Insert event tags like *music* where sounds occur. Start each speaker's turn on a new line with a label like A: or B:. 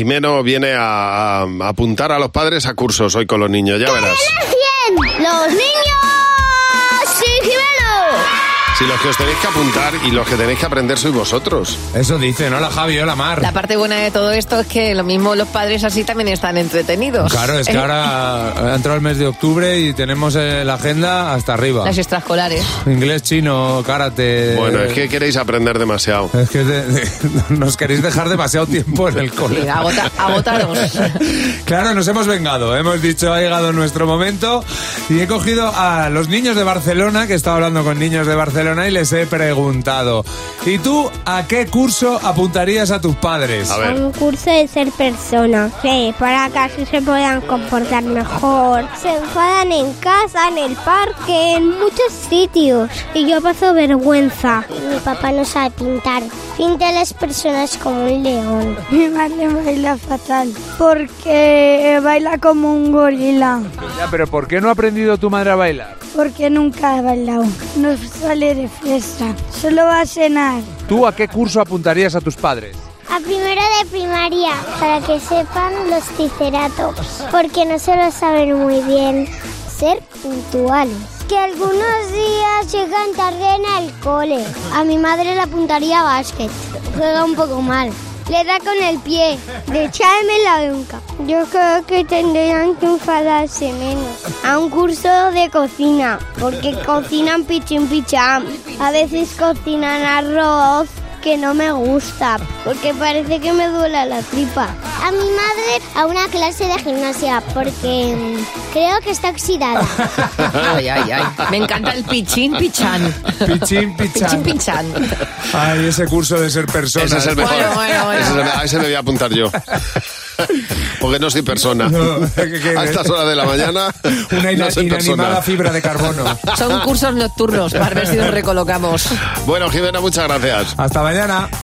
A: Jimeno viene a, a apuntar a los padres a cursos hoy con los niños, ya verás.
B: ¡Los niños! ¡Sí,
A: Si los que os tenéis que apuntar y los que tenéis que aprender sois vosotros.
C: Eso dicen, hola Javi, hola Mar.
D: La parte buena de todo esto es que lo mismo los padres así también están entretenidos.
C: Claro, es que
D: Eh,
C: ahora ha entrado el mes de octubre y tenemos eh, la agenda hasta arriba.
D: Las extraescolares.
C: Inglés, chino, karate.
A: Bueno, es que queréis aprender demasiado.
C: Es que de- de- *laughs* nos queréis dejar demasiado tiempo en el cole.
D: Sí, agota- agotados.
C: *laughs* Claro, nos hemos vengado. ¿eh? Hemos dicho, ha llegado nuestro momento. Y he cogido a los niños de Barcelona, que he estado hablando con niños de Barcelona, y les he preguntado: ¿Y tú a qué curso apuntarías a tus padres?
A: A ver.
B: Un curso de ser persona. Sí, para que así se puedan comportar mejor. Se enfadan en casa, en el parque, en muchos sitios. Y yo paso vergüenza. Mi papá no sabe pintar. Pinta a las personas como un león. *laughs* Mi madre baila fatal. Porque baila como un gorila.
C: Ya, pero ¿por qué no ha aprendido tu madre a bailar?
B: Porque nunca ha bailado. No sale de fiesta. Solo va a cenar.
C: ¿Tú a qué curso apuntarías a tus padres?
B: A primero de primaria, para que sepan los triceratops, porque no se lo saben muy bien. Ser puntuales. Que algunos días llegan tarde en el cole. A mi madre le apuntaría a básquet. Juega un poco mal. Le da con el pie. De echarme la bronca. Yo creo que tendrían que enfadarse menos. A un curso de cocina, porque cocinan pichín pichán. A veces cocinan arroz que no me gusta, porque parece que me duele la tripa. A mi madre a una clase de gimnasia, porque mm, creo que está oxidada.
D: Ay, ay, ay. Me encanta el pichín pichán.
C: Pichín, pichán.
D: Pichín pichán.
C: Ay, ese curso de ser persona. ¿eh?
A: Ese es el mejor.
D: Bueno, bueno, bueno.
A: Ese es el- a ese me voy a apuntar yo. Porque no soy persona.
C: No, *laughs* ¿qué quieres?
A: a estas horas de la mañana
C: *laughs* Una ina-
A: no soy
C: inanimada
A: persona.
C: fibra de carbono.
D: Son cursos nocturnos, para ver si nos recolocamos.
A: Bueno, Jimena, muchas gracias.
C: Hasta mañana.